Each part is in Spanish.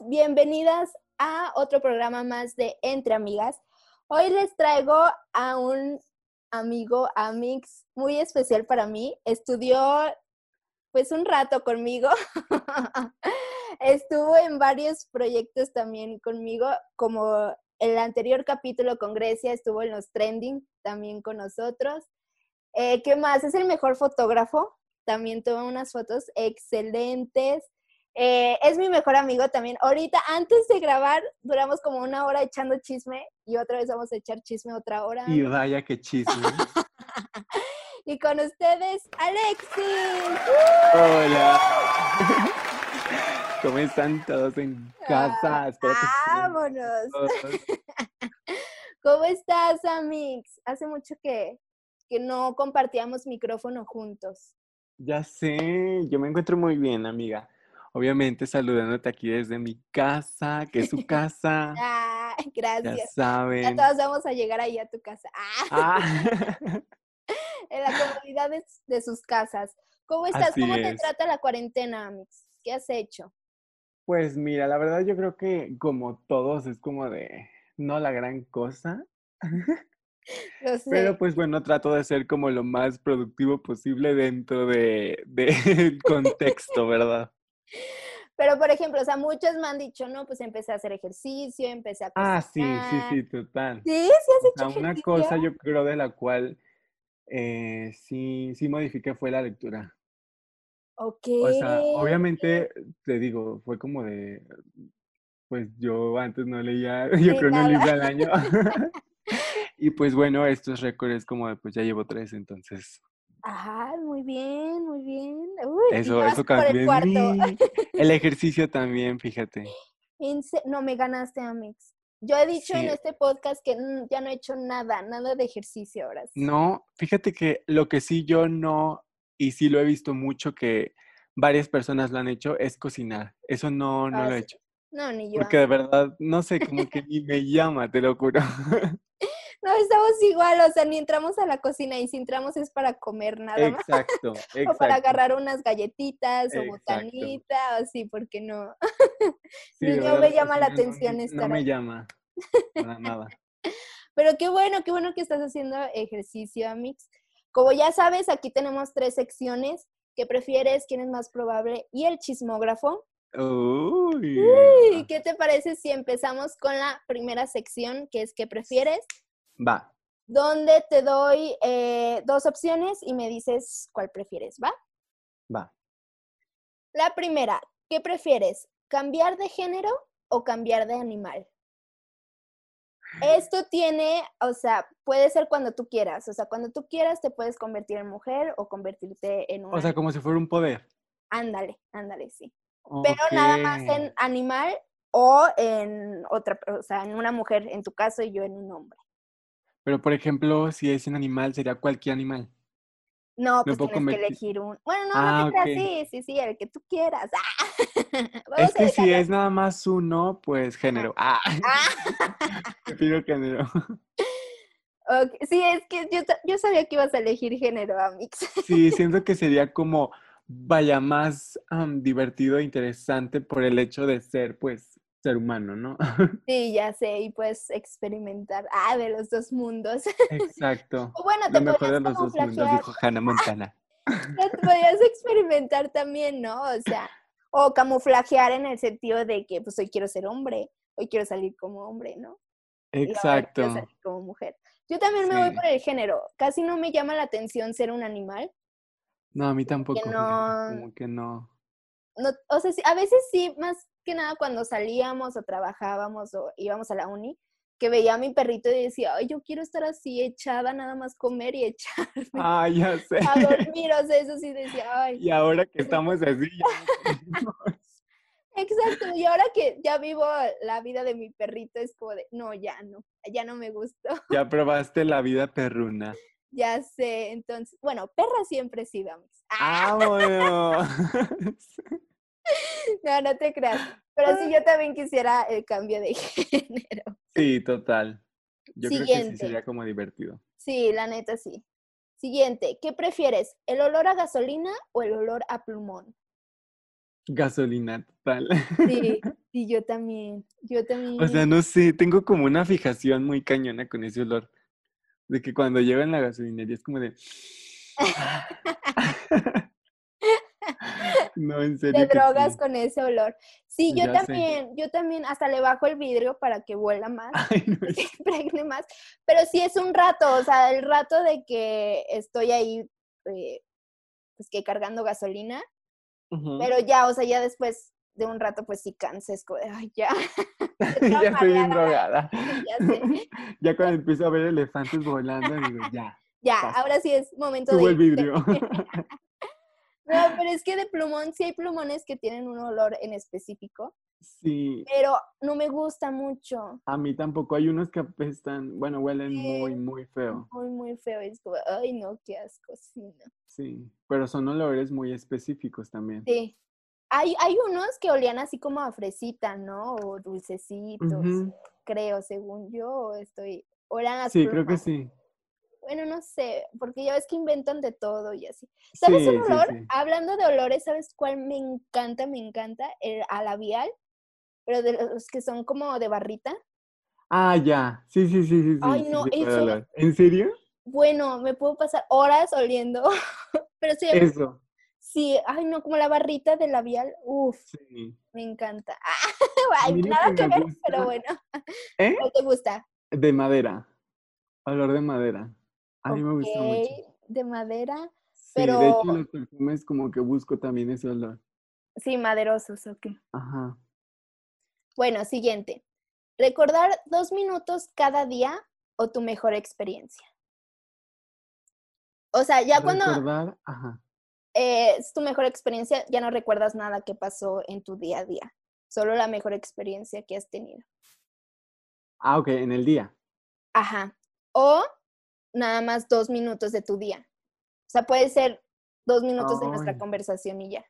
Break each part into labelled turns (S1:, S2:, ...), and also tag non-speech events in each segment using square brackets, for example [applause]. S1: bienvenidas a otro programa más de Entre Amigas. Hoy les traigo a un amigo, Amix, muy especial para mí. Estudió pues un rato conmigo. [laughs] Estuvo en varios proyectos también conmigo, como el anterior capítulo con Grecia, estuvo en los trending también con nosotros. Eh, ¿Qué más? Es el mejor fotógrafo. También toma unas fotos excelentes. Eh, es mi mejor amigo también. Ahorita, antes de grabar, duramos como una hora echando chisme y otra vez vamos a echar chisme otra hora.
S2: Y vaya que chisme.
S1: y con ustedes, Alexis.
S2: Hola. [laughs] ¿Cómo están todos en
S1: Ah,
S2: casa? Espero que estén
S1: Vámonos.
S2: todos.
S1: ¿Cómo estás, Amix? Hace mucho que, que no compartíamos micrófono juntos.
S2: Ya sé, yo me encuentro muy bien, amiga. Obviamente saludándote aquí desde mi casa, que es su casa.
S1: Ah,
S2: Ya
S1: gracias. Ya
S2: saben.
S1: todos vamos a llegar ahí a tu casa. Ah,
S2: Ah, [laughs]
S1: en la comodidad de, de sus casas. ¿Cómo estás?
S2: Así
S1: ¿Cómo te
S2: es.
S1: trata la cuarentena, Amix? ¿Qué has hecho?
S2: Pues mira, la verdad yo creo que como todos es como de no la gran cosa,
S1: Lo sé.
S2: pero pues bueno, trato de ser como lo más productivo posible dentro de, [laughs] del contexto, ¿verdad?
S1: Pero, por ejemplo, o sea, muchos me han dicho, no, pues empecé a hacer ejercicio, empecé a
S2: Ah, sí, sí,
S1: cocinar".
S2: sí, total.
S1: Sí, sí has
S2: O
S1: hecho
S2: sea, una
S1: ejercicio.
S2: cosa yo creo de la cual eh, sí, sí modifiqué fue la lectura.
S1: Ok.
S2: O sea, obviamente, te digo, fue como de, pues yo antes no leía, [laughs] yo
S1: Sí,
S2: creo
S1: nada.
S2: no libro al año. [laughs] Y pues bueno, estos récords como de, pues ya llevo tres, entonces
S1: Ajá, muy bien, muy bien. Uy, [laughs] y
S2: eso,
S1: ya
S2: eso
S1: vas por el
S2: cambió en
S1: cuarto.
S2: mí.
S1: [laughs]
S2: El ejercicio también, fíjate.
S1: En se- No me ganaste, Amix. Yo he dicho en
S2: Sí.
S1: este podcast que mm, ya no he hecho nada, nada de ejercicio ahora. sí.
S2: No, fíjate que lo que sí yo no, y sí lo he visto mucho que varias personas lo han hecho, es cocinar. Eso no, no
S1: Ah,
S2: lo he
S1: sí.
S2: hecho.
S1: No, ni yo.
S2: Porque de verdad, no sé,
S1: [laughs]
S2: como que ni me llama, te lo juro.
S1: No, estamos igual, o sea, ni entramos a la cocina y si entramos es para comer nada más.
S2: exacto, exacto.
S1: [laughs] O para agarrar unas galletitas o
S2: Exacto.
S1: botanita, o así, porque no. [laughs]
S2: Sí,
S1: ni
S2: de
S1: yo
S2: verdad,
S1: me llama la
S2: cocinar no-
S1: atención
S2: no,
S1: estar
S2: me
S1: ahí.
S2: llama,
S1: [laughs]
S2: para nada.
S1: Pero qué bueno, qué bueno que estás haciendo ejercicio, Amix. Como ya sabes, aquí tenemos tres secciones. ¿Qué prefieres? ¿Quién es más probable? Y el chismógrafo.
S2: Uy.
S1: ¿Y qué te parece si empezamos con la primera sección, que es ¿qué prefieres?
S2: Va,
S1: Donde te doy eh, dos opciones y me dices cuál prefieres, ¿va?
S2: va.
S1: La primera, ¿qué prefieres? ¿Cambiar de género o cambiar de animal? Esto tiene, o sea, puede ser cuando tú quieras, o sea, cuando tú quieras te puedes convertir en mujer o convertirte en un...
S2: O sea, como si fuera un poder.
S1: ándale, ándale, sí. Pero nada más en animal o en otra, o sea, en una mujer en tu caso y yo en un hombre.
S2: Pero por ejemplo, si es un animal, sería cualquier animal.
S1: No,
S2: Me
S1: pues
S2: puedo
S1: tienes que
S2: convertir-
S1: elegir un. Bueno, no,
S2: Ah,
S1: no te
S2: ok.
S1: creas, sí, sí, sí, el que tú quieras. [laughs] Vamos
S2: Es que
S1: a
S2: si
S1: dejarlo.
S2: es nada más uno, pues género. Ah,
S1: Ah.
S2: [laughs] prefiero género.
S1: Ok, Sí, es que yo, ta- yo sabía que ibas a elegir género, Amix. [laughs]
S2: Sí, siento que sería como, vaya, más am, divertido e interesante por el hecho de ser, pues, ser humano, ¿no? [laughs]
S1: Sí, ya sé, y puedes experimentar, ah, de los dos mundos. [laughs]
S2: Exacto.
S1: O bueno, te
S2: Lo mejor de
S1: podrías
S2: los dos mundos,
S1: camuflajear,
S2: dijo Hannah
S1: [laughs]
S2: Montana.
S1: te podrías experimentar también, ¿no? O sea, o camuflajear en el sentido de que, pues, hoy quiero ser hombre, hoy quiero salir como hombre, ¿no? y ahora quiero
S2: Exacto.
S1: salir como mujer. Yo también me voy
S2: Sí.
S1: por el género. Casi no me llama la atención ser un animal.
S2: No, a mí tampoco. fíjate,
S1: no-
S2: Como
S1: [laughs]
S2: que no.
S1: No, o sea, sí, a veces sí, más que nada cuando salíamos o trabajábamos o íbamos a la uni, que veía a mi perrito y decía, ay, yo quiero estar así echada, nada más comer y echar
S2: Ah, ya sé. [laughs]
S1: a dormir. O sea, eso sí decía, ay,
S2: Y
S1: [laughs]
S2: ahora que estamos así, ya no queremos.
S1: exacto. Y ahora que ya vivo la vida de mi perrito, es como de, no, ya no, ya no me gustó. [laughs]
S2: ya probaste la vida perruna.
S1: Ya sé, entonces, bueno, perra siempre sí, vamos.
S2: ¡Vámonos!
S1: [laughs] No, no te creas. Pero sí, yo también quisiera el cambio de [laughs] género.
S2: Sí, total. Yo creo que sí
S1: Siguiente.
S2: sería como divertido.
S1: Sí, la neta sí. Siguiente, ¿qué prefieres? ¿El olor a gasolina o el olor a plumón?
S2: Gasolina total. [laughs]
S1: Sí, Sí, yo también, yo también.
S2: O sea, no sé, tengo como una fijación muy cañona con ese olor. De que cuando llego en la gasolinería es
S1: [laughs]
S2: como de... [laughs] no, en serio.
S1: Te
S2: que
S1: drogas
S2: sí.
S1: con ese olor. Sí, yo
S2: Ya sé.
S1: también, yo también hasta le bajo el vidrio para que vuela más.
S2: [laughs] Ay, no, es-
S1: [laughs] impregne más. Pero sí es un rato, o sea, el rato de que estoy ahí, eh, pues que cargando gasolina,
S2: Ujú.
S1: pero ya, o sea, ya después de un rato, pues sí canses, como de, ay, ya. [laughs]
S2: [laughs] ya estoy bien
S1: mareada, [laughs]
S2: drogada.
S1: ya sé.
S2: [laughs] Ya cuando empiezo a ver elefantes volando, digo, ya,
S1: Ya,
S2: Pasa.
S1: ahora sí es momento
S2: subo
S1: de...
S2: el
S1: irte.
S2: vidrio.
S1: No, pero es que de plumón, sí hay plumones que tienen un olor en específico,
S2: [laughs] sí,
S1: pero no me gusta mucho.
S2: a mí tampoco. Hay unos que apestan, bueno, huelen muy,
S1: Sí.
S2: muy feo.
S1: Muy, muy feo. Es como, ay, no, qué asco, sí, no.
S2: Sí, pero son olores muy específicos también.
S1: Sí. Hay, hay unos que olían así como a fresita, ¿no? O dulcecitos,
S2: Ujú,
S1: creo, según yo, o estoy. O eran las
S2: Sí, creo que
S1: plumas.
S2: sí.
S1: Bueno, no sé, porque ya ves que inventan de todo y así. ¿Sabes
S2: Sí,
S1: un
S2: sí,
S1: olor?
S2: sí.
S1: Hablando de olores, ¿sabes cuál me encanta? Me encanta el a labial, pero de los que son como de barrita.
S2: Ah, ya. Sí, sí, sí, sí. sí,
S1: Ay,
S2: sí,
S1: no,
S2: sí, puedo
S1: eso-
S2: hablar. ¿En serio?
S1: Bueno, me puedo pasar horas oliendo, [laughs] pero sí,
S2: Eso.
S1: sí, ay, no, como la barrita de labial, uff,
S2: Sí.
S1: me encanta. [laughs] Ay,
S2: mí lo
S1: nada
S2: que
S1: que
S2: me
S1: ver,
S2: gusta-
S1: pero bueno.
S2: ¿Eh?
S1: ¿Cuál te gusta?
S2: De madera. Olor de madera. A mí me gusta mucho.
S1: Ok, De madera.
S2: Sí,
S1: pero-
S2: de hecho los perfumes como que busco también ese olor.
S1: Sí, maderosos, ok.
S2: Ajá.
S1: Bueno, siguiente. Recordar dos minutos cada día o tu mejor experiencia. O sea, ya cuando
S2: Recordar, ajá.
S1: eh, es tu mejor experiencia, ya no recuerdas nada que pasó en tu día a día. Solo la mejor experiencia que has tenido.
S2: Ah, ok, en el día.
S1: Ajá. O nada más dos minutos de tu día. O sea, puede ser dos minutos de nuestra
S2: Ay.
S1: conversación y ya.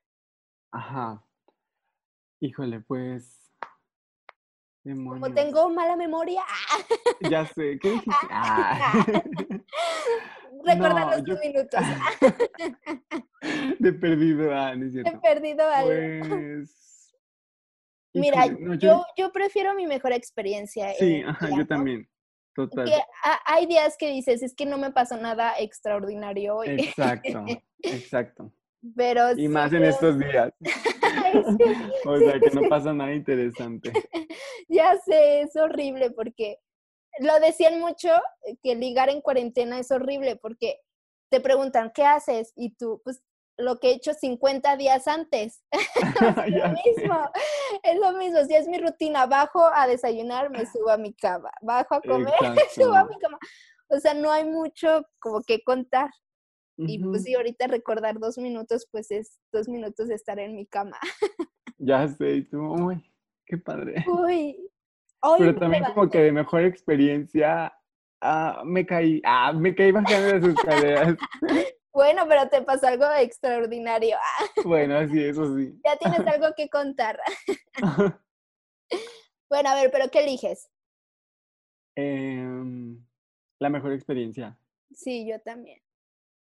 S2: Ajá. Híjole, pues.
S1: Como
S2: demonios.
S1: tengo mala memoria, ¡ah! [laughs]
S2: Ya sé, ¿qué dijiste? Ah. [laughs]
S1: recordar
S2: No,
S1: los
S2: yo-
S1: dos
S2: [laughs]
S1: minutos. [laughs]
S2: De perdido, ah, no es
S1: He
S2: cierto.
S1: perdido algo.
S2: Pues.
S1: Mira,
S2: híjole, no,
S1: yo, yo prefiero mi mejor experiencia.
S2: Sí,
S1: eh,
S2: ajá,
S1: ya,
S2: yo
S1: ¿no?
S2: también. Total.
S1: Que ha- hay días que dices, es que no me pasó nada extraordinario hoy.
S2: Exacto, exacto.
S1: [laughs] Pero
S2: Eh. Y
S1: sí,
S2: más en
S1: yo-
S2: estos días.
S1: [laughs] Ay, sí,
S2: [laughs] O sea, que no pasa nada interesante. [laughs]
S1: ya sé, es horrible porque lo decían mucho eh, que ligar en cuarentena es horrible porque te preguntan, ¿qué haces? Y tú, pues lo que he hecho 50 días antes. [laughs]
S2: [laughs]
S1: [laughs]
S2: Ya
S1: lo
S2: sé.
S1: mismo, es lo mismo, si es mi rutina, bajo a desayunar, me subo a mi cama, bajo a comer, [laughs] me subo a
S2: Exacto.
S1: mi cama. O sea, no hay mucho como que contar. Y
S2: Ujú.
S1: pues sí, ahorita recordar dos minutos, pues es dos minutos de estar en mi cama. [laughs]
S2: Ya sé, y tú, uy, qué padre.
S1: Uy, hoy
S2: Pero
S1: me
S2: también como que de mejor experiencia, ah, me caí, ah, me caí bajando de sus escaleras. [laughs]
S1: Bueno, pero te pasó algo extraordinario. Ah,
S2: Bueno, así, eso sí.
S1: Ya tienes algo que contar. [laughs]
S2: [laughs]
S1: Bueno, a ver, pero ¿qué eliges?
S2: Em, la mejor experiencia,
S1: Sí, yo también.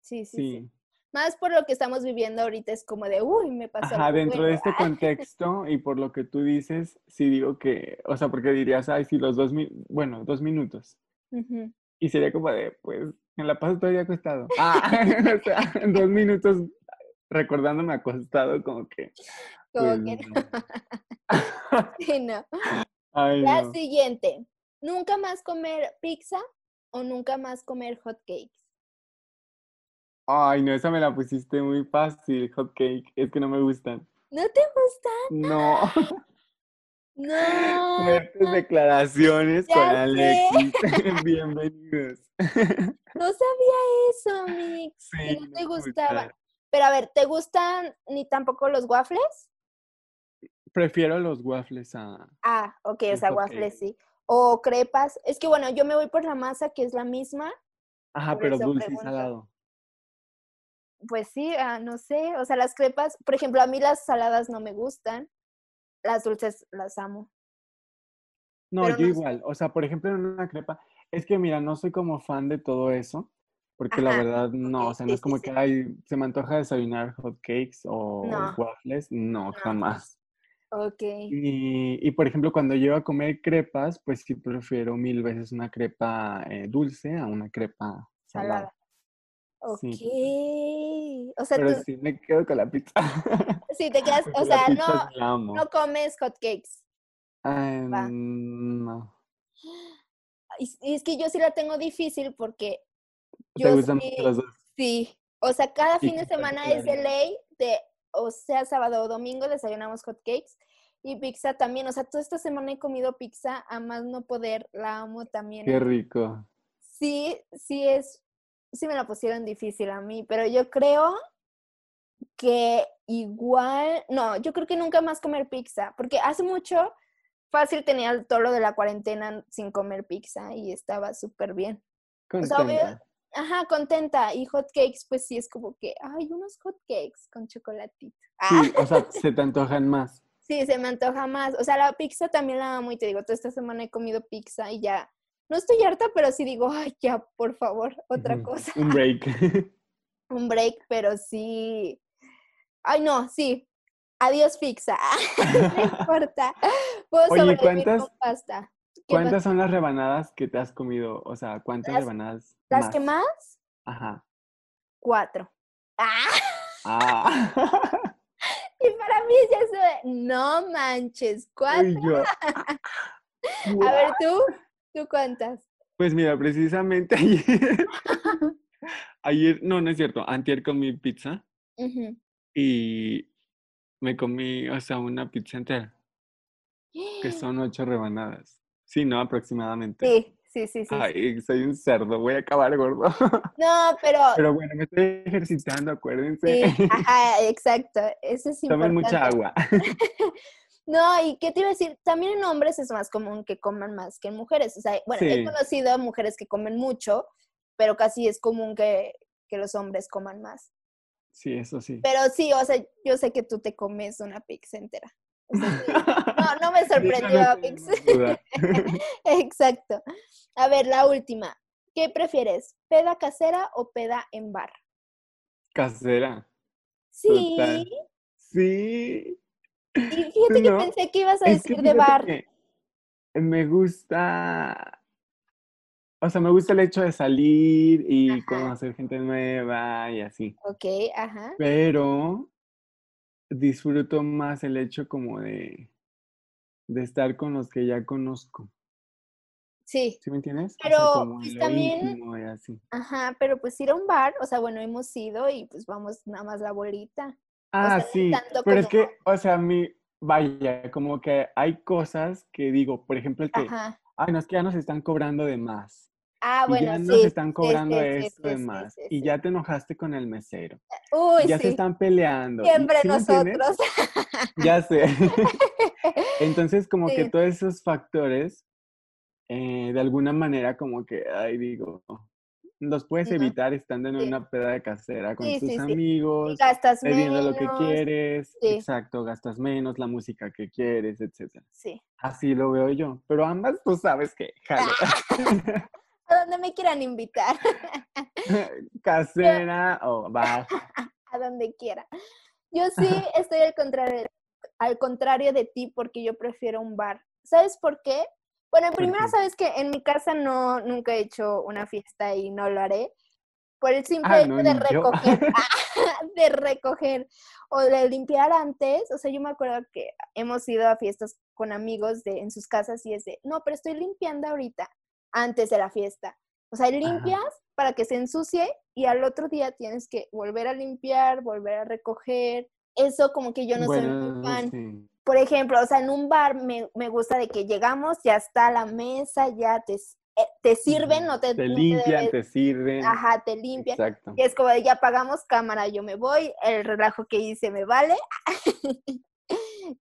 S1: Sí, sí, sí,
S2: sí.
S1: Más por lo que estamos viviendo ahorita es como de, uy, me pasó
S2: Ajá,
S1: algo
S2: dentro de
S1: bueno. [laughs]
S2: este contexto y por lo que tú dices, sí digo que, o sea, porque dirías, ay, sí, los dos, mi- bueno, dos minutos.
S1: Ujú.
S2: Y sería como de, pues, me la paso todavía acostado. Ah, [laughs] o sea, dos minutos recordándome acostado, como que,
S1: Como
S2: pues,
S1: que [laughs]
S2: no.
S1: sí, no.
S2: Ay,
S1: La
S2: no.
S1: siguiente. ¿Nunca más comer pizza o nunca más comer hot cakes?
S2: Ay, no, esa me la pusiste muy fácil, hotcake. Es que no me gustan.
S1: ¿No te gusta?
S2: No, [laughs]
S1: [laughs] No.
S2: fuertes declaraciones con
S1: Ya sé.
S2: Alexis. [laughs] Bienvenidos.
S1: No sabía eso, Mix. que
S2: Sí,
S1: no
S2: no
S1: te
S2: me
S1: gustaban.
S2: gustan.
S1: Pero a ver, ¿te gustan ni tampoco los waffles?
S2: Prefiero los waffles a.
S1: Ah, ok, o
S2: Los
S1: sea,
S2: hot
S1: waffles
S2: cakes.
S1: sí. O crepas. Es que bueno, yo me voy por la masa que es la misma.
S2: Ajá,
S1: Por
S2: pero
S1: eso
S2: dulce y
S1: pregunto.
S2: salado.
S1: Pues sí, ah, no sé. O sea, las crepas, por ejemplo, a mí las saladas no me gustan. Las dulces las amo.
S2: No,
S1: Pero
S2: yo
S1: no sé.
S2: igual. O sea, por ejemplo, en una crepa. Es que mira, no soy como fan de todo eso. Porque la
S1: Ajá,
S2: verdad, no.
S1: ok,
S2: O sea,
S1: sí,
S2: no es
S1: sí,
S2: como
S1: sí.
S2: que ay, se me antoja desayunar hotcakes o
S1: No,
S2: waffles. No,
S1: no.
S2: jamás.
S1: Ok.
S2: Y, y, por ejemplo, cuando llego a comer crepas, pues sí prefiero mil veces una crepa eh, dulce a una crepa salada.
S1: Salada. Ok. O sea,
S2: Pero
S1: tú
S2: sí me quedo con la pizza. [laughs]
S1: sí te quedas, o
S2: Porque la
S1: sea,
S2: pizza
S1: no,
S2: la amo.
S1: no comes hotcakes.
S2: Ay,
S1: va.
S2: no.
S1: Y, y es que yo sí la tengo difícil porque
S2: ¿Te
S1: yo
S2: gustan
S1: sí,
S2: mucho las dos?
S1: sí. O sea, cada
S2: Sí,
S1: fin de
S2: claro,
S1: semana
S2: claro.
S1: es de ley de, o sea, sábado o domingo desayunamos hotcakes y pizza también. O sea, toda esta semana he comido pizza a más no poder, la amo también.
S2: Qué rico.
S1: Sí, sí es, sí me la pusieron difícil a mí, pero yo creo que igual, no, yo creo que nunca más comer pizza, porque hace mucho fácil tenía todo lo de la cuarentena sin comer pizza y estaba súper bien. O sea, obvio-
S2: Contenta.
S1: Ajá, contenta. Y hot cakes, pues sí es como que, ay, unos hot cakes con chocolatito. Ah,
S2: Sí, o sea, se te antojan más.
S1: sí, se me antoja más. O sea, la pizza también la amo y te digo, toda esta semana he comido pizza y ya. No estoy harta, pero sí digo, ay, ya, por favor, otra
S2: Ujú.
S1: cosa.
S2: Un
S1: [laughs]
S2: break.
S1: Un break, pero sí. Ay, no, sí. Adiós, pizza. [laughs] no importa. Puedo
S2: Oye,
S1: sobrevivir
S2: ¿cuántas-
S1: con pasta. ¿Qué
S2: ¿Cuántas son las rebanadas que te has comido? O sea, ¿cuántas
S1: Las-
S2: rebanadas
S1: más?
S2: más?
S1: ¿Las que más?
S2: Ajá.
S1: Cuatro. ¡Ah!
S2: Ah. [laughs]
S1: Y para mí ya se ve, no manches, cuatro.
S2: Y yo, [laughs]
S1: A
S2: "Guau".
S1: ver, tú, tú cuántas.
S2: Pues mira, precisamente ayer, [laughs] ayer, no, no es cierto, antier comí pizza
S1: Ujú.
S2: y me comí, o sea, una pizza entera, que son ocho rebanadas. Sí, ¿no? Aproximadamente.
S1: Sí, sí, sí, sí.
S2: Ay, soy un cerdo, voy a acabar gordo. [laughs]
S1: No, pero,
S2: Pero bueno, me estoy ejercitando, acuérdense. [laughs]
S1: sí, ajá, exacto, eso es importante.
S2: Tomen mucha agua. [laughs]
S1: No, y qué te iba a decir, también en hombres es más común que coman más que en mujeres. O sea, bueno, he
S2: Sí.
S1: conocido a mujeres que comen mucho, pero casi es común que, que los hombres coman más.
S2: Sí, eso sí.
S1: Pero sí, o sea, yo sé que tú te comes una pizza entera. O sea, sí. No,
S2: [laughs]
S1: no me
S2: De eso
S1: sorprendió,
S2: no
S1: Vix. [laughs]
S2: tenemos duda.
S1: Exacto. A ver, la última. ¿Qué prefieres? ¿Peda casera o peda en bar?
S2: Casera.
S1: Sí.
S2: Total. Sí.
S1: Y fíjate que
S2: No,
S1: pensé que ibas a
S2: Es que
S1: decir de
S2: fíjate
S1: bar.
S2: que me gusta. O sea, me gusta el hecho de salir y
S1: Ajá.
S2: conocer gente nueva y así.
S1: Ok, ajá.
S2: Pero disfruto más el hecho como de, de estar con los que ya conozco.
S1: Sí.
S2: ¿Sí me entiendes? O sea,
S1: Pero,
S2: como
S1: pues,
S2: lo
S1: también-
S2: íntimo y así.
S1: Ajá, pero pues ir a un bar, o sea, bueno, hemos ido y pues vamos nada más la bolita. sea,
S2: Ah,
S1: no es
S2: sí,
S1: tanto
S2: pero es
S1: como-
S2: que, o sea, a mí, vaya, como que hay cosas que digo, por ejemplo, el que,
S1: Ajá.
S2: ay, no, es que ya nos están cobrando de más,
S1: Ah,
S2: y
S1: bueno,
S2: ya
S1: sí.
S2: nos están
S1: sí,
S2: cobrando
S1: sí, sí,
S2: esto de
S1: sí, sí,
S2: más,
S1: sí,
S2: y
S1: sí.
S2: ya te enojaste con el mesero,
S1: Uy,
S2: y ya se
S1: sí.
S2: están peleando, y-
S1: Siempre
S2: ¿sí me entiendes?
S1: nosotros.
S2: Ya sé.
S1: [laughs]
S2: Entonces, como que
S1: Sí.
S2: todos esos factores, eh, de alguna manera, como que, ay, digo, los puedes
S1: No,
S2: evitar estando en
S1: sí.
S2: una peda de casera con
S1: Sí,
S2: tus
S1: sí, sí.
S2: amigos,
S1: Gastas
S2: bebiendo Pues, lo que
S1: menos.
S2: quieres,
S1: Sí.
S2: exacto, gastas menos la música que quieres, etcétera.
S1: Sí.
S2: Así lo veo yo, pero ambas tú sabes que jalo.
S1: Ah,
S2: [laughs]
S1: A donde me quieran invitar,
S2: casera o baja.
S1: a donde quiera. Yo sí estoy al contrario, al contrario de ti porque yo prefiero un bar. ¿Sabes por qué? Bueno,
S2: ¿Por
S1: primero
S2: qué?
S1: sabes que en mi casa no nunca he hecho una fiesta y no lo haré por el simple
S2: Ah,
S1: hecho
S2: no,
S1: de
S2: ni yo.
S1: recoger,
S2: [laughs]
S1: [laughs] de recoger o de limpiar antes. O sea, yo me acuerdo que hemos ido a fiestas con amigos de en sus casas y es de, no, pero estoy limpiando ahorita, antes de la fiesta. O sea, limpias para que se ensucie y al otro día tienes que volver a limpiar, volver a recoger. Eso como que [laughs] yo no soy
S2: bueno,
S1: muy fan.
S2: sí.
S1: Por ejemplo, o sea, en un bar me, me gusta de que llegamos, ya está la mesa, ya te, s- eh, te sirven, no te,
S2: Te
S1: no te
S2: limpian,
S1: debes-
S2: te sirven.
S1: ajá, te limpian.
S2: Exacto.
S1: Y es como de ya pagamos cámara, yo me voy, el relajo que hice me vale. [laughs]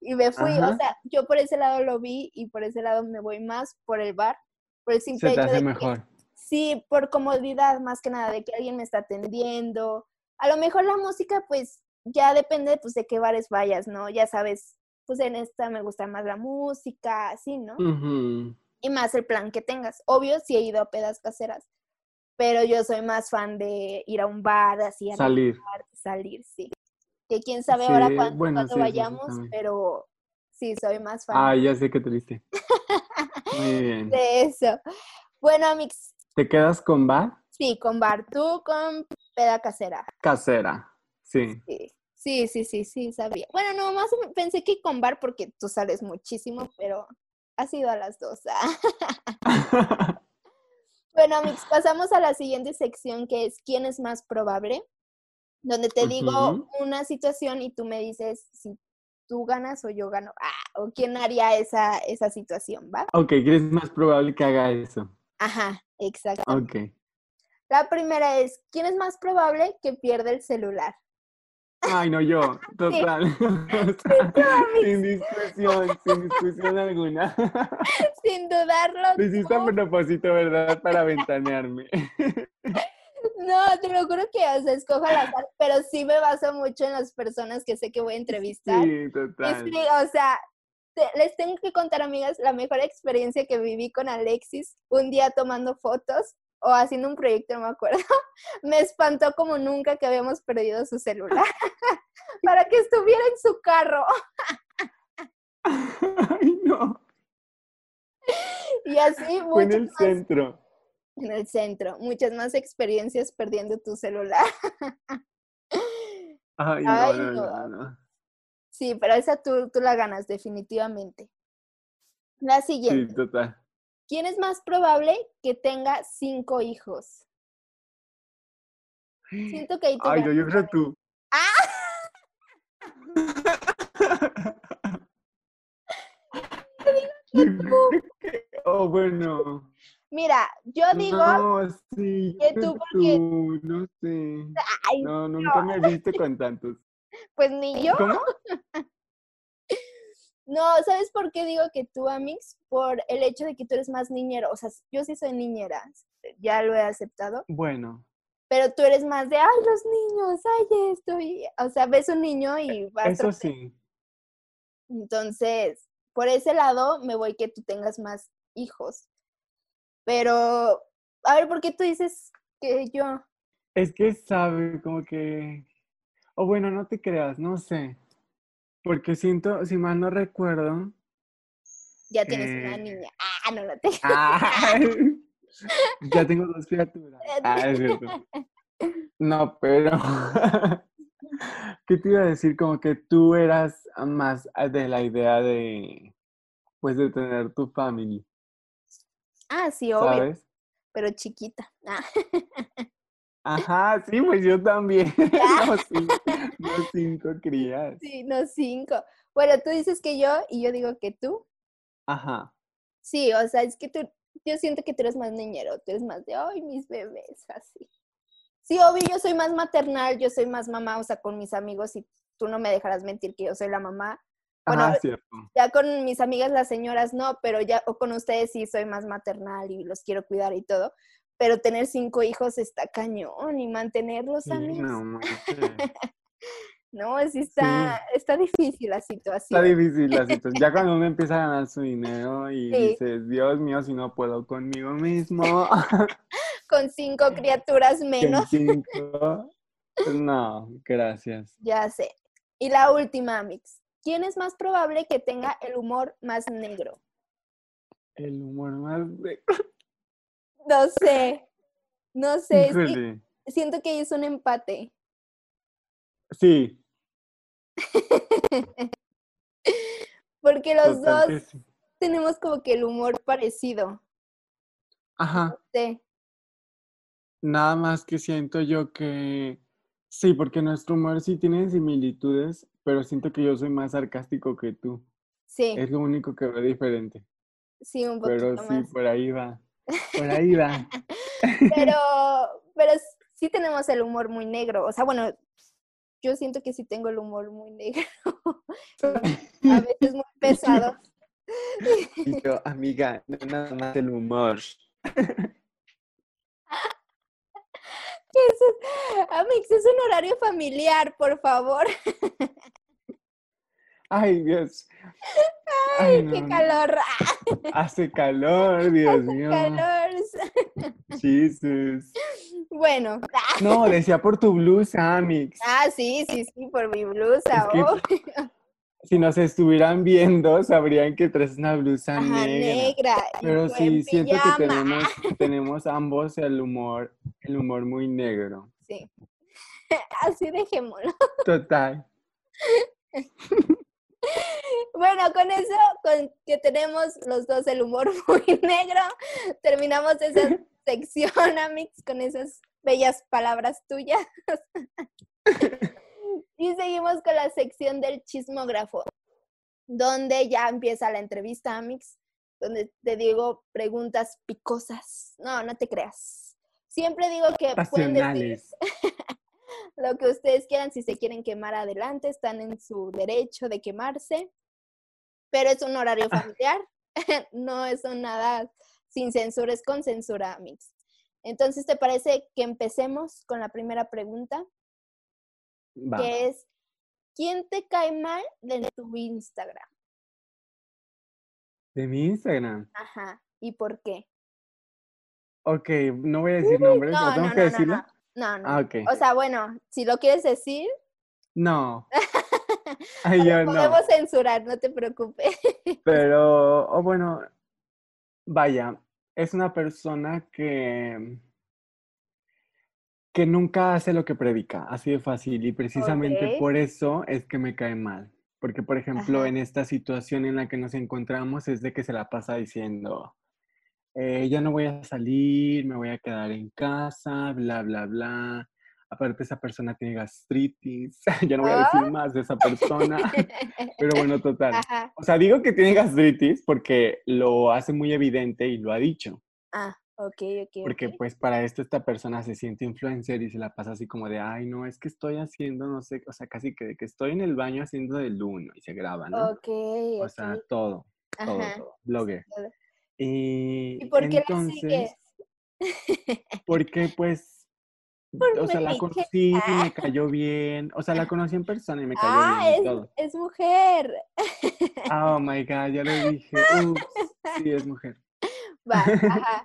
S1: y me fui, o
S2: Ajá.
S1: sea, yo por ese lado lo vi y por ese lado me voy más por el bar, por el simple
S2: Se te
S1: hecho de
S2: hace
S1: que [laughs]
S2: mejor.
S1: sí, por comodidad más que nada, de que alguien me está atendiendo. A lo mejor la música, pues ya depende pues de qué bares vayas, ¿no? Ya sabes, pues en esta me gusta más la música, así, ¿no?
S2: Ujú.
S1: y más el plan que tengas. Obvio, sí he ido a pedas caseras, pero yo soy más fan de ir a un bar, así a
S2: Salir.
S1: relajar, salir, sí. Que quién sabe
S2: Sí,
S1: ahora cuán- cuándo,
S2: bueno, sí, sí, sí,
S1: vayamos,
S2: también.
S1: pero Sí, soy más fan
S2: Ah, ya sé
S1: [laughs]
S2: qué triste. Muy bien.
S1: de eso. Bueno, Mix,
S2: ¿Te quedas con Bar?
S1: sí, con Bar, tú con peda casera.
S2: Casera. Sí.
S1: Sí, sí, sí, sí, sí, sabía. Bueno, no, más o men- pensé que con Bar porque tú sales muchísimo, pero ha sido a las
S2: [laughs]
S1: dos. [laughs] ah. Bueno, Mix, pasamos a la siguiente sección que es ¿Quién es más probable? Donde te digo
S2: Ujú.
S1: una situación y tú me dices si tú ganas o yo gano. Ah, o quién haría esa, esa situación, ¿va?
S2: ok, ¿crees más probable que haga eso?
S1: Ajá, exacto.
S2: Ok.
S1: La primera es, ¿quién es más probable que pierda el celular?
S2: Ay,
S1: [laughs]
S2: no, yo. Total. [laughs] O sea, sin discusión, sin discusión
S1: [laughs]
S2: alguna.
S1: Sin dudarlo.
S2: Lo hiciste a
S1: tú.
S2: propósito, ¿verdad? Para ventanearme. [laughs]
S1: No, te lo juro que o sea, escojo al azar, pero sí me baso mucho en las personas que sé que voy a entrevistar.
S2: Sí,
S1: Y
S2: total.
S1: sí, o sea, te- les tengo que contar, amigas, la mejor experiencia que viví con Alexis un día tomando fotos o haciendo un proyecto, no me acuerdo. [laughs] Me espantó como nunca que habíamos perdido su celular [laughs] para que estuviera en su carro.
S2: [laughs]
S1: [laughs]
S2: Ay, no.
S1: Y así
S2: Fue en
S1: muchas
S2: el
S1: más
S2: centro.
S1: en el centro, muchas más experiencias perdiendo tu celular.
S2: Ay, no,
S1: Ay,
S2: no,
S1: no.
S2: no, no, no.
S1: Sí, pero esa tú, tú la ganas definitivamente. La
S2: Sí,
S1: siguiente.
S2: total.
S1: ¿Quién es más probable que tenga cinco hijos? Siento que ahí tú
S2: Ay, no,
S1: ganas.
S2: yo creo tú.
S1: ¡Ah!
S2: [laughs] Yo creo que- Oh, bueno.
S1: Mira, yo digo,
S2: No, sí,
S1: que
S2: yo creo
S1: tú, porque-
S2: tú, no sé.
S1: ay,
S2: No, nunca me viste con tantos.
S1: pues ni [laughs] yo.
S2: ¿Cómo?
S1: No, ¿sabes por qué digo que tú, Amix? Por el hecho de que tú eres más niñero. O sea, yo sí soy niñera, ya lo he aceptado,
S2: Bueno,
S1: pero tú eres más de, ay, los niños, ay, esto. y- o sea, ves un niño y vas
S2: eso
S1: tras-
S2: sí.
S1: Entonces, por ese lado me voy que tú tengas más hijos. Pero, a ver, ¿por qué tú dices que yo?
S2: Es que sabe, como que. O bueno, no te creas, no sé. Porque siento, si mal no recuerdo.
S1: Ya tienes una
S2: Eh.
S1: niña. Ah, no la tengo. [laughs]
S2: Ay, ya tengo
S1: [laughs]
S2: dos criaturas. Ah, es cierto. No, pero. [laughs] ¿Qué te iba a decir? Como que tú eras más de la idea de. Pues de tener tu family,
S1: Ah, sí, obvio,
S2: ¿sabes?
S1: pero chiquita. Ah, [laughs]
S2: Ajá, sí, pues
S1: [laughs]
S2: yo también. [laughs] No, sí, no cinco crías.
S1: sí, no cinco. Bueno, tú dices que yo y yo digo que tú.
S2: Ajá.
S1: Sí, o sea, es que tú, yo siento que tú eres más niñero, tú eres más de, ay, mis bebés, así. Sí, obvio, yo soy más maternal, yo soy más mamá, o sea, con mis amigos y tú no me dejarás mentir que yo soy la mamá. Bueno, eh,
S2: Ajá, cierto.
S1: ya con mis amigas las señoras no, pero ya o con ustedes sí soy más maternal y los quiero cuidar y todo. Pero tener cinco hijos está cañón y mantenerlos
S2: Sí,
S1: a mí.
S2: no
S1: No, [laughs]
S2: manches.
S1: sí está, está difícil la
S2: Está
S1: situación.
S2: difícil la situación. Ya cuando uno empieza a ganar su dinero y
S1: Sí.
S2: dices, Dios mío, si no puedo
S1: [laughs]
S2: conmigo mismo,
S1: Con cinco criaturas
S2: con
S1: menos,
S2: cinco. No, gracias.
S1: ya sé. Y la última, Mix. ¿Quién es más probable que tenga el humor más negro?
S2: El humor más de.
S1: No sé. No sé. es que
S2: Híjole.
S1: siento que es un empate.
S2: Sí,
S1: Porque los
S2: total que
S1: dos
S2: sí.
S1: tenemos como que el humor parecido.
S2: Ajá.
S1: Sí.
S2: Nada más que siento yo que sí, porque nuestro humor sí tiene similitudes, pero siento que yo soy más sarcástico que tú.
S1: Sí,
S2: Es lo único que veo diferente.
S1: sí, un poquito
S2: Pero sí,
S1: más.
S2: por
S1: [laughs]
S2: ahí va. Por ahí va.
S1: Pero, pero s- sí tenemos el humor muy negro. O sea, bueno, yo siento que sí tengo el humor muy negro. [laughs] A veces muy pesado.
S2: Y yo, amiga, no nada más el humor.
S1: Eso- Amix, es un horario familiar, por favor.
S2: Ay, Dios.
S1: Ay,
S2: no,
S1: qué
S2: no.
S1: calor. ah,
S2: Hace calor, Dios mío.
S1: calor.
S2: Jesus.
S1: Bueno, ah,
S2: No, decía por tu blusa, Amix.
S1: ah, sí, sí, sí, por mi blusa.
S2: Es que-
S1: oh.
S2: si nos estuvieran viendo, sabrían que traes una blusa
S1: Ajá,
S2: negra.
S1: negra. y
S2: Pero
S1: fue
S2: sí,
S1: en
S2: siento que
S1: pijama. [laughs]
S2: tenemos, tenemos ambos el humor, el humor muy negro.
S1: Sí. [laughs] Así dejémoslo.
S2: Total.
S1: Bueno, con eso, con que tenemos los dos el humor [laughs] muy negro, terminamos esa sección, Amix, con esas bellas palabras tuyas. Y seguimos con la sección del chismógrafo, donde ya empieza la entrevista, Amix, donde te digo preguntas picosas. No, no te creas. Siempre digo que pueden decir
S2: Pasionales.
S1: lo que ustedes quieran, si se quieren quemar adelante, están en su derecho de quemarse, pero es un horario
S2: Ah.
S1: familiar, [laughs] no es un nada sin censura, es con censura, Mix. Entonces, ¿te parece que empecemos con la primera pregunta?
S2: Va.
S1: Que es, ¿quién te cae mal de tu Instagram?
S2: De mi Instagram.
S1: Ajá. ¿Y por qué?
S2: Ok, no voy a decir nombres, ¿o
S1: No,
S2: tengo
S1: no,
S2: que
S1: no, no,
S2: decirlo?
S1: no. No, no.
S2: Ah, ok.
S1: O sea, bueno, si lo quieres decir, [laughs]
S2: No. Ay, yo Pues no.
S1: podemos censurar, no te
S2: [laughs]
S1: preocupes.
S2: Pero, o bueno, vaya, es una persona que, que nunca hace lo que predica, así de fácil, y precisamente
S1: Ok.
S2: por eso es que me cae mal. Porque, por ejemplo,
S1: Ajá.
S2: en esta situación en la que nos encontramos es de que se la pasa diciendo, eh, ya no voy a salir, me voy a quedar en casa, bla, bla, bla. Aparte, esa persona tiene gastritis, [laughs] ya no voy a
S1: Ah.
S2: decir más de
S1: [laughs]
S2: esa persona, pero bueno, total.
S1: Ajá.
S2: O sea, digo que tiene gastritis porque lo hace muy evidente y lo ha dicho.
S1: Ah, ok, ok.
S2: Porque
S1: ok.
S2: pues para esto esta persona se siente influencer y se la pasa así como de, ay, no, es que estoy haciendo, no sé, o sea, casi que, que estoy en el baño haciendo del uno y se graba, ¿no?
S1: Ok,
S2: O
S1: ok.
S2: sea, todo, todo,
S1: Ajá.
S2: todo, blogger.
S1: todo.
S2: Y,
S1: ¿Y por qué la
S2: entonces,
S1: sigues?
S2: Porque pues,
S1: Por
S2: o sea, la
S1: metiche.
S2: conocí y me
S1: [laughs]
S2: cayó bien, o sea, la conocí en persona y me cayó
S1: Ah,
S2: bien y
S1: es,
S2: todo.
S1: [laughs] es mujer.
S2: Oh my God, ya lo dije. Ups, sí, es mujer.
S1: Va, ajá.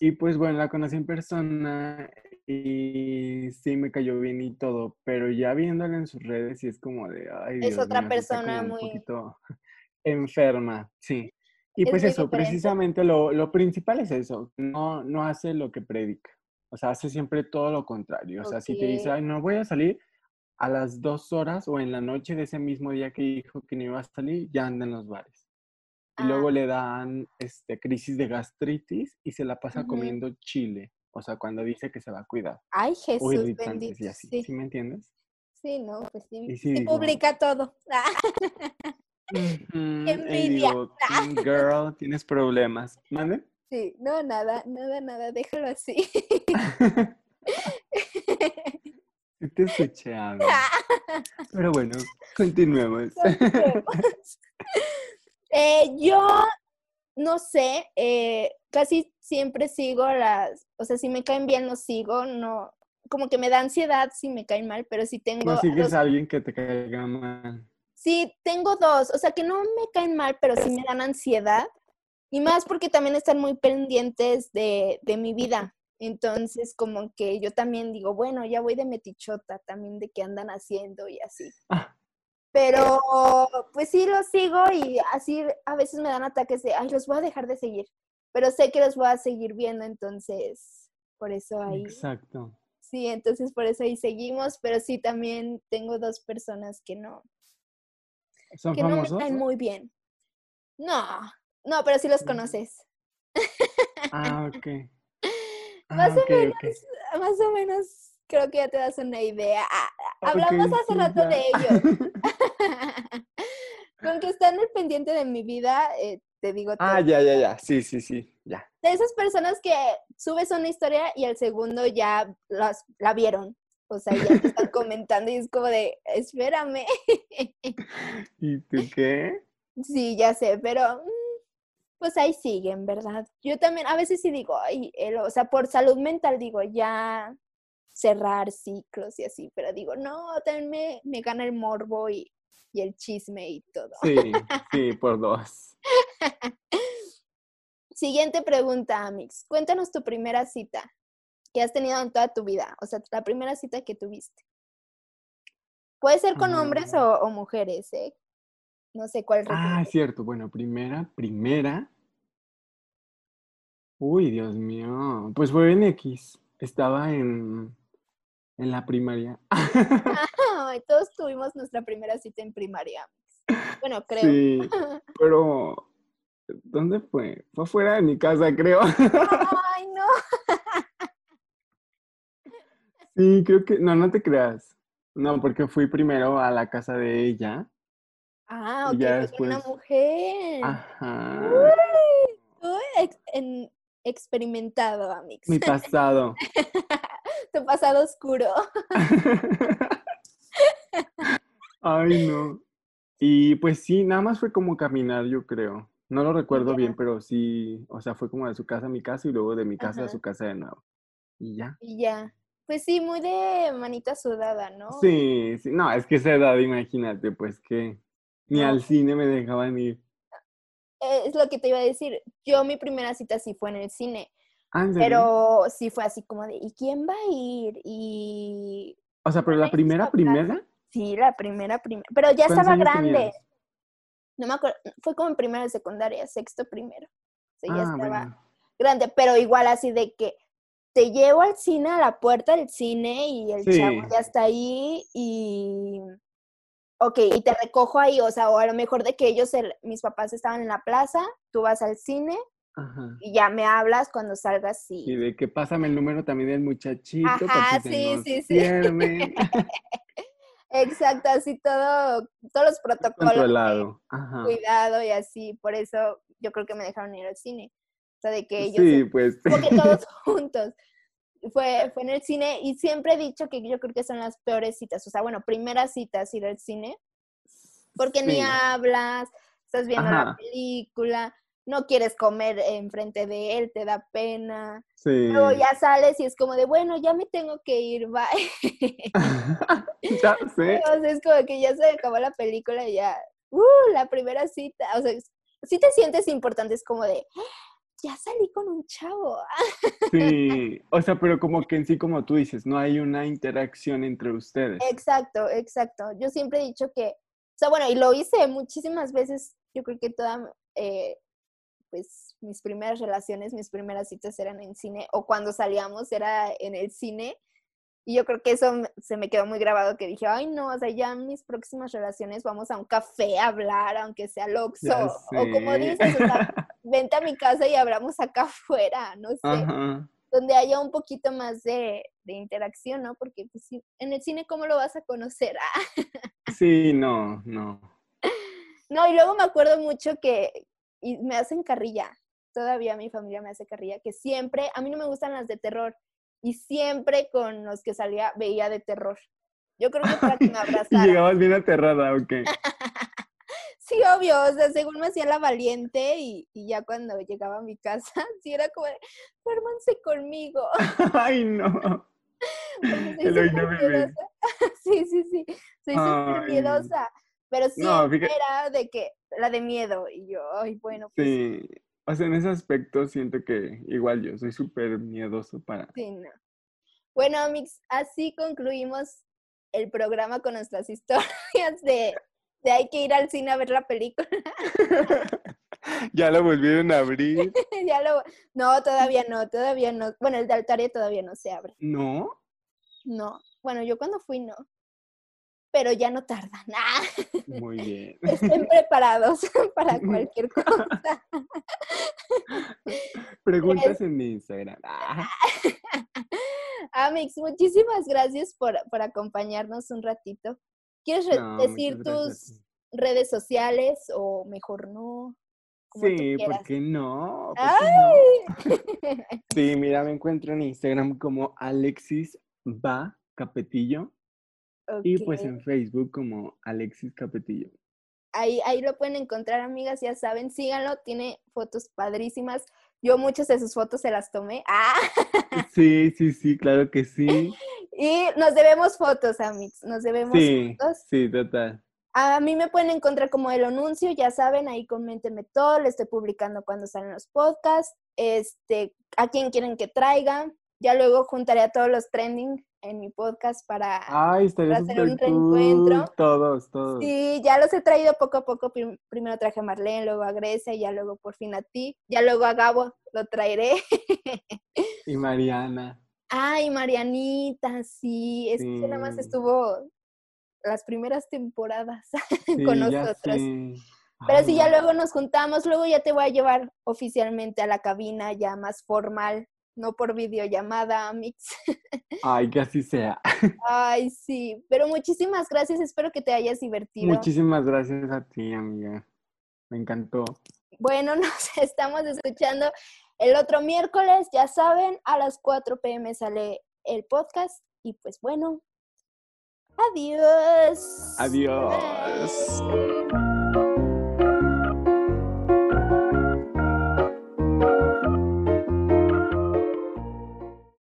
S2: Y pues bueno, la conocí en persona y sí me cayó bien y todo, pero ya viéndola en sus redes sí es como de, ay,
S1: Es
S2: Dios
S1: otra
S2: mío, sí está como
S1: persona
S2: un
S1: muy-
S2: poquito [laughs] enferma, sí. Y
S1: Es
S2: pues
S1: muy
S2: eso,
S1: diferente.
S2: precisamente lo, lo principal es eso, no, no hace lo que predica, o sea, hace siempre todo lo contrario, o sea, si te dice,
S1: Ok.
S2: ay, no voy a salir a las dos horas o en la noche de ese mismo día que dijo que no iba a salir, ya anda en los bares. [laughs] Y
S1: Ah.
S2: luego le dan este, crisis de gastritis y se la pasa
S1: Ujú.
S2: comiendo chile. O sea, cuando dice que se va a cuidar.
S1: Ah, Ay,
S2: O
S1: Jesús
S2: irritantes
S1: bendito.
S2: y así.
S1: Sí,
S2: ¿Sí me entiendes?
S1: sí, no, pues sí.
S2: Y
S1: sí
S2: sí digo,
S1: publica todo. [laughs] Ah,
S2: "Ujú", y
S1: envidia.
S2: digo, "Mm, girl, tienes problemas. ¿Mande?
S1: sí, no, nada, nada, nada, déjalo así. [laughs]
S2: Sí te
S1: [laughs]
S2: escuché hablar. Pero bueno, continuemos.
S1: Continuemos. [laughs] Eh, yo no sé, eh, casi siempre sigo las, o sea, si me caen bien los sigo, no, como que me da ansiedad si me caen mal, pero si tengo,
S2: No
S1: a
S2: sigues
S1: los-
S2: a alguien que te caiga mal.
S1: sí tengo dos, o sea, que no me caen mal, pero sí me dan ansiedad y más porque también están muy pendientes de, de mi vida. Entonces, como que yo también digo, bueno, ya voy de metichota, también de qué andan haciendo y así.
S2: Ah,
S1: Pero pues sí los sigo y así a veces me dan ataques de, ay, los voy a dejar de seguir, pero sé que los voy a seguir viendo, entonces por eso ahí,
S2: exacto.
S1: sí, entonces por eso ahí seguimos, pero sí también tengo dos personas que no,
S2: ¿Son
S1: que no me
S2: famosos?
S1: caen muy bien. No, no, pero sí los
S2: Mm.
S1: conoces. [laughs]
S2: Ah, ok. Ah,
S1: Más o
S2: ok,
S1: menos,
S2: ok.
S1: más o menos creo que ya te das una idea. Ah, ah,
S2: Ok,
S1: Hablamos hace
S2: sí,
S1: rato
S2: ya.
S1: de
S2: [laughs]
S1: ellos. [laughs] Con que están al pendiente de mi vida, eh, te digo todo.
S2: Ah, ya, ya, ya. Sí, sí, sí. Ya.
S1: de esas personas que subes una historia y al segundo ya las, la vieron. O sea, ya te
S2: [laughs]
S1: están comentando y es como de, espérame.
S2: ¿Y
S1: [laughs]
S2: tú qué?
S1: Sí, ya sé, pero mm, pues ahí siguen, ¿verdad? Yo también a veces sí digo, ay, el- o sea, por salud mental digo, ya cerrar ciclos y así, pero digo, no, también me, me gana el morbo y, y el chisme y todo.
S2: Sí, sí, por dos.
S1: Siguiente pregunta, Amix. Cuéntanos tu primera cita que has tenido en toda tu vida, o sea, la primera cita que tuviste. Puede ser con hombres
S2: Ah.
S1: o, o mujeres, ¿eh? No sé cuál
S2: Ah, es cierto. Bueno, primera, primera. Uy, Dios mío. Pues fue en X. Estaba en, en la primaria. [laughs]
S1: Ay, todos tuvimos nuestra primera cita en primaria. Bueno, creo.
S2: Sí, pero ¿dónde fue? Fue afuera de mi casa, creo. [laughs]
S1: Ay, no.
S2: Sí, creo que, no, no te creas. No, porque fui primero a la casa de ella.
S1: Ah,
S2: Y
S1: ok,
S2: ya
S1: fue con una
S2: después- Ah.
S1: mujer.
S2: Ajá.
S1: Uy, tú ex- en- experimentado, Amix.
S2: Mi pasado.
S1: [laughs] Tu pasado oscuro.
S2: [laughs] Ay, no. Y pues sí, nada más fue como caminar, yo creo. No lo recuerdo
S1: Ya.
S2: bien, pero sí, o sea, fue como de su casa a mi casa y luego de mi casa
S1: Ajá.
S2: a su casa de nuevo. Y ya.
S1: Y ya. Pues sí, muy de manita sudada, ¿no?
S2: Sí, sí, no, es que esa edad, imagínate, pues que ni
S1: No.
S2: al cine me dejaban ir.
S1: Eh, Es lo que te iba a decir. Yo mi primera cita sí fue en el cine,
S2: Ah, ¿en serio?
S1: pero sí fue así como de, ¿y quién va a ir? Y
S2: o sea, pero
S1: no
S2: la
S1: eres
S2: primera,
S1: capaz.
S2: primera,
S1: sí, la primera, primera. Pero ya
S2: ¿cuántos
S1: estaba
S2: años
S1: grande.
S2: tenías?
S1: No me acuerdo. Fue como en primero de secundaria, sexto primero. O sea, pues, ya
S2: Ah,
S1: estaba
S2: bueno.
S1: grande, pero igual así de que te llevo al cine, a la puerta del cine y el chavo
S2: Sí.
S1: ya está ahí y... Ok, y te recojo ahí, o sea, o a lo mejor de que ellos, el- mis papás estaban en la plaza, tú vas al cine
S2: Ajá.
S1: y ya me hablas cuando salgas y...
S2: Y de que pásame el número también del muchachito
S1: Ajá,
S2: para que
S1: sí,
S2: se nos
S1: sí, sí. [laughs]
S2: pierden.
S1: Exacto, así todo, todos los protocolos,
S2: Controlado. Ajá.
S1: cuidado y así, por eso yo creo que me dejaron ir al cine. O sea, de que ellos
S2: Sí, pues. [laughs]
S1: porque todos juntos. Fue, fue en el cine y siempre he dicho que yo creo que son las peores citas, o sea, bueno, primeras citas ir al cine, porque ni
S2: Sí.
S1: hablas, estás viendo la
S2: Ajá.
S1: película, no quieres comer enfrente de él, te da pena.
S2: Sí.
S1: [laughs] Luego ya sales y es como de, bueno, ya me tengo que ir, bye.
S2: [laughs] Ya sé.
S1: [laughs] o sea, es como que ya se acabó la película y ya, uh, la primera cita, o sea, si te sientes importante, es como de, "Ah, ya salí con un chavo.
S2: Sí. O sea, pero como que en sí, como tú dices, no hay una interacción entre ustedes.
S1: Exacto, exacto. Yo siempre he dicho que, o sea, bueno, y lo hice muchísimas veces, yo creo que toda, eh, pues mis primeras relaciones, mis primeras citas eran en cine, o cuando salíamos era en el cine, y yo creo que eso me- se me quedó muy grabado, que dije, ay no, o sea, ya en mis próximas relaciones vamos a un café a hablar, aunque sea al Oxxo,
S2: Ya
S1: o como
S2: sé.
S1: dices, o
S2: [laughs]
S1: sea, vente a mi casa y hablamos acá afuera, no sé
S2: Ajá.
S1: donde haya un poquito más de, de interacción, ¿no? Porque pues, sí, en el cine, ¿cómo lo vas a conocer? [laughs] Ah,
S2: Sí, no, no.
S1: no, y luego me acuerdo mucho que y me hacen carrilla, todavía mi familia me hace carrilla, que siempre, a mí no me gustan las de terror, y siempre con los que salía veía de terror. Yo creo que para que me
S2: Y
S1: abrazara.
S2: llegabas bien aterrada,
S1: [laughs]
S2: ok. [laughs]
S1: Sí, obvio, o sea, según me hacía la valiente y, y ya cuando llegaba a mi casa, [laughs] sí era como, de, duérmanse conmigo.
S2: Ay, no.
S1: porque soy
S2: El hoy
S1: súper
S2: no bebé.
S1: miedosa. [laughs] sí, sí, sí. Soy súper
S2: Ay.
S1: miedosa. Pero sí
S2: No, fíjate.
S1: era de que, la de miedo. Y yo, ay, bueno, pues sí,
S2: Sí. O sea, en ese aspecto siento que igual yo soy súper miedoso para. [laughs]
S1: no. Bueno, Amix, así concluimos el programa con nuestras [laughs] historias de, de hay que ir al cine a ver la película. [laughs]
S2: Ya lo volvieron a abrir.
S1: ya lo, no, todavía no, todavía no. Bueno, el de Altaria todavía no se abre.
S2: No.
S1: No. Bueno, yo cuando fui, no. Pero ya no tardan. ¡Ah!
S2: Muy bien.
S1: [laughs] Estén preparados [laughs] para cualquier cosa.
S2: Preguntas en mi Instagram. Ah,
S1: Amix, muchísimas gracias por, por acompañarnos un ratito. ¿Quieres re-
S2: no,
S1: decir
S2: muchas gracias a
S1: tus
S2: ti.
S1: redes sociales o mejor no? Como tú
S2: Sí,
S1: quieras.
S2: ¿por qué no? pues, ¿Por qué no?
S1: ¡Ay!
S2: Sí, mira, me encuentro en Instagram como Alexis Va Capetillo y pues
S1: Ok.
S2: en Facebook como Alexis Capetillo.
S1: Ahí, ahí lo pueden encontrar, amigas, ya saben, síganlo, tiene fotos padrísimas. Yo muchas de sus fotos se las tomé. ¡Ah!
S2: Sí, sí, sí, claro
S1: [laughs]
S2: que sí.
S1: Y nos debemos fotos, Amix, nos debemos
S2: Sí,
S1: fotos.
S2: sí, total.
S1: A mí me pueden encontrar como el anuncio, ya saben, ahí coméntenme todo, le estoy publicando cuando salen los podcasts, este, a quién quieren que traiga, ya luego juntaré a todos los trending en mi podcast para,
S2: Ay, estaría
S1: para hacer
S2: súper
S1: un
S2: cool.
S1: reencuentro.
S2: Todos, todos.
S1: Sí, ya los he traído poco a poco. Prim- Primero traje a Marlene, luego a Grecia, ya luego por fin a ti, ya luego a Gabo lo traeré. [laughs]
S2: Y Mariana.
S1: Ay, Marianita, sí, es que nada más
S2: Sí.
S1: estuvo las primeras temporadas. [laughs]
S2: Sí,
S1: [laughs] Con
S2: ya
S1: nosotros.
S2: sé.
S1: Pero
S2: Ay,
S1: si ya
S2: no.
S1: luego nos juntamos, luego ya te voy a llevar oficialmente a la cabina ya más formal, no por videollamada, mix. [laughs]
S2: Ay, que así sea.
S1: Ay, sí, pero muchísimas gracias, espero que te hayas divertido.
S2: Muchísimas gracias a ti, amiga. Me encantó.
S1: Bueno, [laughs] nos estamos escuchando el otro miércoles, ya saben, a las 4 pm sale el podcast y pues bueno, adiós.
S2: Adiós.
S1: Bye.